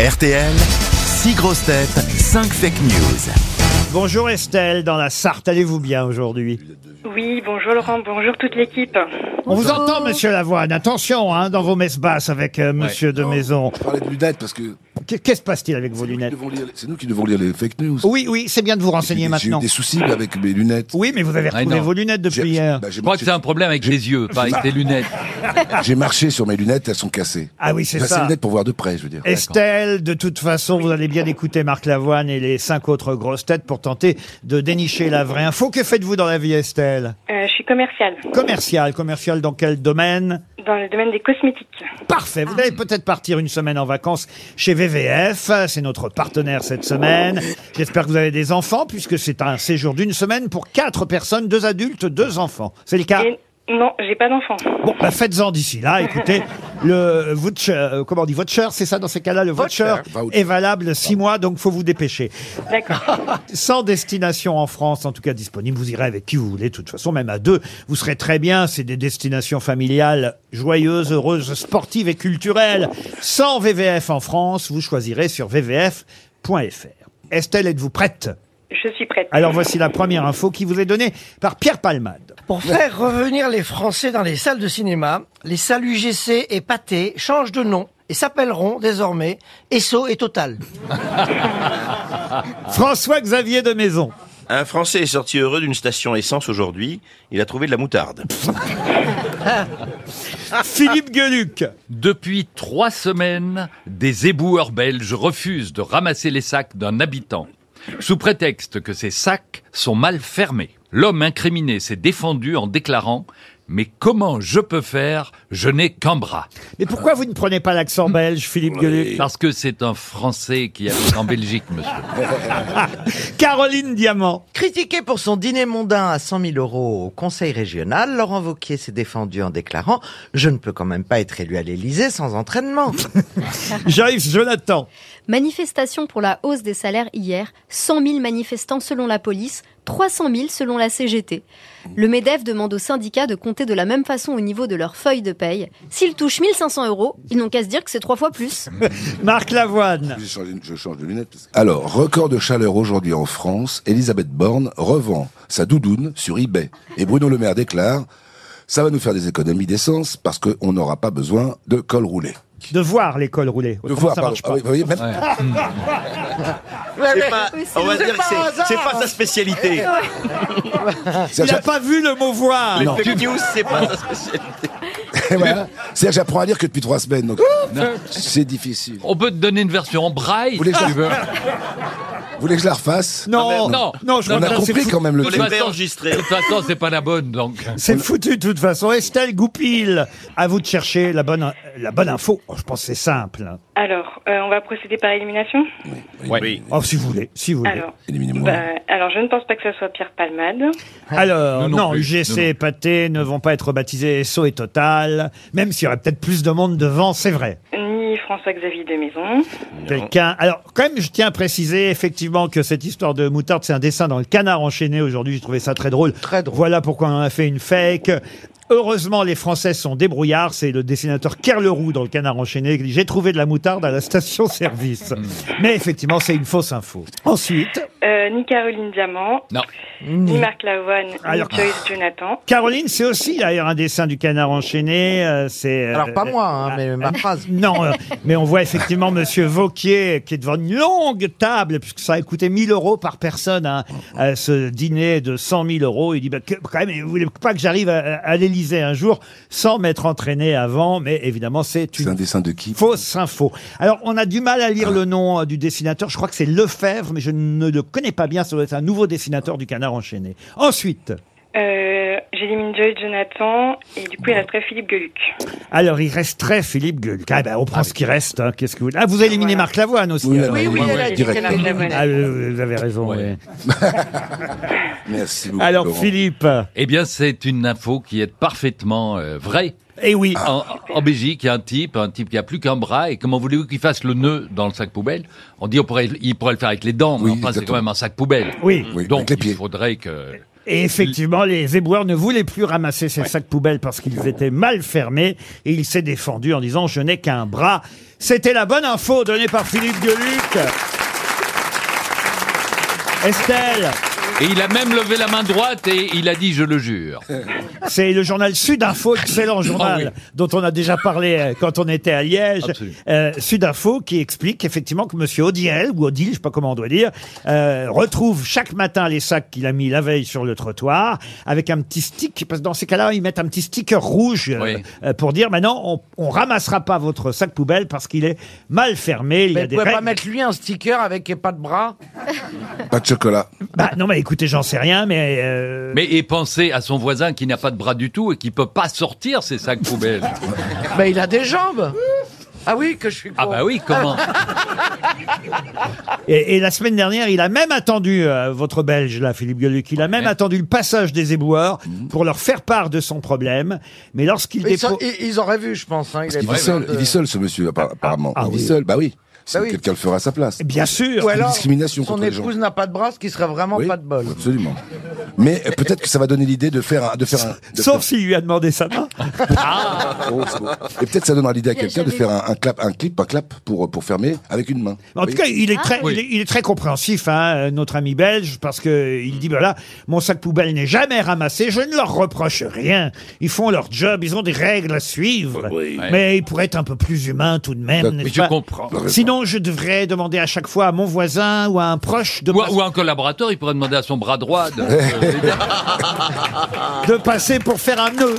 RTL, 6 grosses têtes, 5 fake news. Bonjour Estelle, dans la Sarthe, allez-vous bien aujourd'hui Oui, bonjour Laurent, bonjour toute l'équipe. Euh, On vous entend, monsieur Lavoine, attention, hein, dans vos messes basses avec euh, monsieur de Maison. Je parlais de lunettes parce que Qu'est- Qu'est-ce qui se passe-t-il avec vos nous lunettes devons lire- c'est nous qui devons lire les fake news. Oui, oui, c'est bien de vous J'ai renseigner eu des- J'ai eu maintenant. des soucis avec mes lunettes. Oui, mais vous avez retrouvé non. vos lunettes depuis J'ai- hier. bah, j'ai Je crois que marché, c'est un problème avec les yeux, pas avec les lunettes. j'ai marché sur mes lunettes, elles sont cassées. Ah oui, c'est Enfin, ça. les lunettes pour voir de près, je veux dire. Estelle, de toute façon, vous allez bien écouter Marc Lavoine et les cinq autres grosses têtes pour tenter de dénicher la vraie info. Que faites-vous dans la vie, Estelle Euh, je suis commerciale Commercial, commercial dans quel domaine dans le domaine des cosmétiques. Parfait. Vous allez peut-être partir une semaine en vacances chez VVF. C'est notre partenaire cette semaine. J'espère que vous avez des enfants puisque c'est un séjour d'une semaine pour quatre personnes, deux adultes, deux enfants. C'est le cas. Et non, j'ai pas d'enfant. Bon, bah faites-en d'ici là. Écoutez, le voucher, euh, comment on dit voucher, c'est ça dans ces cas-là, le voucher, Voucher. est valable six mois, donc faut vous dépêcher. D'accord. Sans destination en France, en tout cas disponible, vous irez avec qui vous voulez. De toute façon, même à deux, vous serez très bien. C'est des destinations familiales joyeuses, heureuses, sportives et culturelles. Sans VVF en France, vous choisirez sur vvf.fr. Estelle, êtes-vous prête Je suis prête. Alors voici la première info qui vous est donnée par Pierre Palmade. Pour faire revenir les Français dans les salles de cinéma, les salles UGC et Pathé changent de nom et s'appelleront désormais Esso et Total. François-Xavier de Maison. Un Français est sorti heureux d'une station essence aujourd'hui. Il a trouvé de la moutarde. Philippe Gueluc. Depuis trois semaines, des éboueurs belges refusent de ramasser les sacs d'un habitant, sous prétexte que ces sacs sont mal fermés. L'homme incriminé s'est défendu en déclarant Mais comment je peux faire Je n'ai qu'un bras. Mais pourquoi vous ne prenez pas l'accent belge, Philippe Gueluc Parce que c'est un Français qui habite en Belgique, monsieur. Caroline Diamant. Critiqué pour son dîner mondain à 100 000 euros au Conseil régional, Laurent Vauquier s'est défendu en déclarant « Je ne peux quand même pas être élu à l'Élysée sans entraînement Joyce Jonathan. Manifestation pour la hausse des salaires hier. 100 000 manifestants selon la police, 300 000 selon la CGT. Le MEDEF demande aux syndicats de compter de la même façon au niveau de leur feuille de paye. S'ils touchent 1500 euros, ils n'ont qu'à se dire que c'est trois fois plus. Marc Lavoine. J'ai changé- je change de lunettes. parce que- Alors, record de chaleur aujourd'hui en France. Elisabeth Borne revend sa doudoune sur eBay. Et Bruno Le Maire déclare Ça va nous faire des économies d'essence parce qu'on n'aura pas besoin de col roulé. De voir l'école rouler. De voir, ça pardon. marche Ah pas. oui, vous voyez, même- C'est pas, Oui, c'est- on va c'est dire que pas un c'est- hasard. c'est pas sa spécialité. c'est à Il n'a chaque- pas vu le mot voir. Les fake news, c'est pas sa spécialité. Voilà. C'est-à-dire, j'apprends à lire que depuis trois semaines. donc C'est difficile. On peut te donner une version en braille, Vous voulez si que je- tu veux. Vous voulez que je la refasse Non, Non, non, je On crois a que c'est compris fou- quand même le On De truc. les toute avait façon- enregistrés. De toute façon, c'est pas la bonne, donc. C'est foutu de toute façon. Estelle Goupil, à vous de chercher la bonne, la bonne info. Oh, je pense que c'est simple. Alors, euh, on va procéder par élimination. Oui. Oh, si vous voulez, si vous voulez. Alors, Éliminez-moi. bah, alors je ne pense pas que ça soit Pierre Palmade. Ah. Alors, Nous non non, plus. UGC Nous non. et Pathé ne vont pas être baptisés SO et Total, même s'il y aurait peut-être plus de monde devant, c'est vrai. Ni François-Xavier de Maison. Quelqu'un. Alors, quand même, je tiens à préciser effectivement que cette histoire de moutarde, c'est un dessin dans le canard enchaîné aujourd'hui. J'ai trouvé ça très drôle. Très drôle. Voilà pourquoi on en a fait une fake. Heureusement, les Français sont débrouillards. C'est le dessinateur Kerleroux dans le canard enchaîné qui dit J'ai trouvé de la moutarde à la station-service. Mais effectivement, c'est une fausse info. Ensuite, Euh, ni Caroline Diamant. Non. Ni Marc Lavoine. Alors- Ni Joyce Jonathan. Caroline, c'est aussi d'ailleurs un dessin du canard enchaîné. euh, c'est euh, Alors pas moi, hein, euh, mais ma phrase. Non, euh, mais on voit effectivement Monsieur Vauquier qui est devant une longue table, puisque ça a coûté 1000 euros par personne, hein, à ce dîner de 100 000 euros. Il dit, bah, que- quand même, vous voulez pas que j'arrive à, à l'Élysée un jour sans m'être entraîné avant, mais évidemment, c'est C'est un une dessin de qui fausse info. Alors, on a du mal à lire le nom euh, du dessinateur. Je crois que c'est Lefebvre, mais je ne le connais pas bien. Ça doit être un nouveau dessinateur du canard enchaîné. Ensuite. Euh, J'élimine Joyce Jonathan. Et du coup, il resterait Philippe Gueluc. Alors, il resterait Philippe Gueule. Ah, ben, on prend ce qui reste. hein. Qu'est-ce que vous... Ah, vous éliminez Marc Lavoine aussi. Oui, alors. oui, oui, elle a dit direct. Marc Lavoine. Ah, euh, vous avez raison. Ouais. oui. Merci beaucoup. Alors, Laurent. Philippe. Eh bien, c'est une info qui est parfaitement euh, vraie. Eh oui. En, en Belgique, il y a un type, un type qui a plus qu'un bras, et comment voulez-vous qu'il fasse le nœud dans le sac poubelle On dit on pourrait, il pourrait le faire avec les dents, mais Oui, enfin, c'est exactement. quand même un sac poubelle. Oui. Oui, Donc, avec les il pieds. faudrait que... Et effectivement, les éboueurs ne voulaient plus ramasser ces sacs poubelles parce qu'ils étaient mal fermés. Et il s'est défendu en disant Je n'ai qu'un bras. C'était la bonne info donnée par Philippe Gueluc. Estelle, Et il a même levé la main droite et il a dit, je le jure. Euh. c'est le journal Sud Info, Ah excellent journal dont on a déjà parlé euh, quand on était à Liège. Absolument. Euh, Sud Info qui explique effectivement que Monsieur Odiel ou Odile, je sais pas comment on doit dire, euh, retrouve chaque matin les sacs qu'il a mis la veille sur le trottoir avec un petit stick. Parce que dans ces cas-là, ils mettent un petit sticker rouge euh, Oui. euh, pour dire maintenant on, on ramassera pas votre sac poubelle parce qu'il est mal fermé. Il y Mais a vous des pouvez pas règles. mettre lui un sticker avec pas de bras Pas de chocolat. Bah, non mais écoutez, j'en sais rien, mais. euh, Mais et pensez à son voisin qui n'a pas de bras du tout et qui peut pas sortir ses sacs poubelles. Mais il a des jambes Ah oui, que je suis con. Ah bah oui, comment Et, et la semaine dernière, il a même attendu, euh, votre Belge là, Philippe Gueluc, il a même Ouais. Mhm. attendu le passage des éboueurs pour leur faire part de son problème. Mais lorsqu'il Mais Ils, dépo... sont- ils- ils auraient vu, je pense. hein, il est Il pas vit seul, de- il vit seul, ce monsieur, appa- apparemment. ah il vit oui. seul, bah oui. Si oui. quelqu'un le fera à sa place. Bien sûr Ou alors, discrimination son contre les épouse gens. n'a pas de bras, ce qui serait vraiment Oui, pas de bol. Absolument. Mais euh, peut-être que ça va donner l'idée de faire un. De faire un de Sauf s'il lui a demandé sa main. faire- Oh, c'est beau. Et peut-être ça donnera l'idée à Il a quelqu'un de jamais faire un, un clap, un clip, un clap pour, pour fermer avec une main. En tout Oui. cas, il est très, oui. il, est, il est très compréhensif, hein, euh, notre ami belge, parce que euh, il dit voilà, mon sac poubelle n'est jamais ramassé, je ne leur reproche rien. Ils font leur job, ils ont des règles à suivre. Mais ils pourraient être un peu plus humains tout de même. Mais n'est-ce tu pas comprends. Sinon, je devrais demander à chaque fois à mon voisin ou à un proche de Ou, passer- ou un collaborateur, il pourrait demander à son bras droit. de- de passer pour faire un nœud.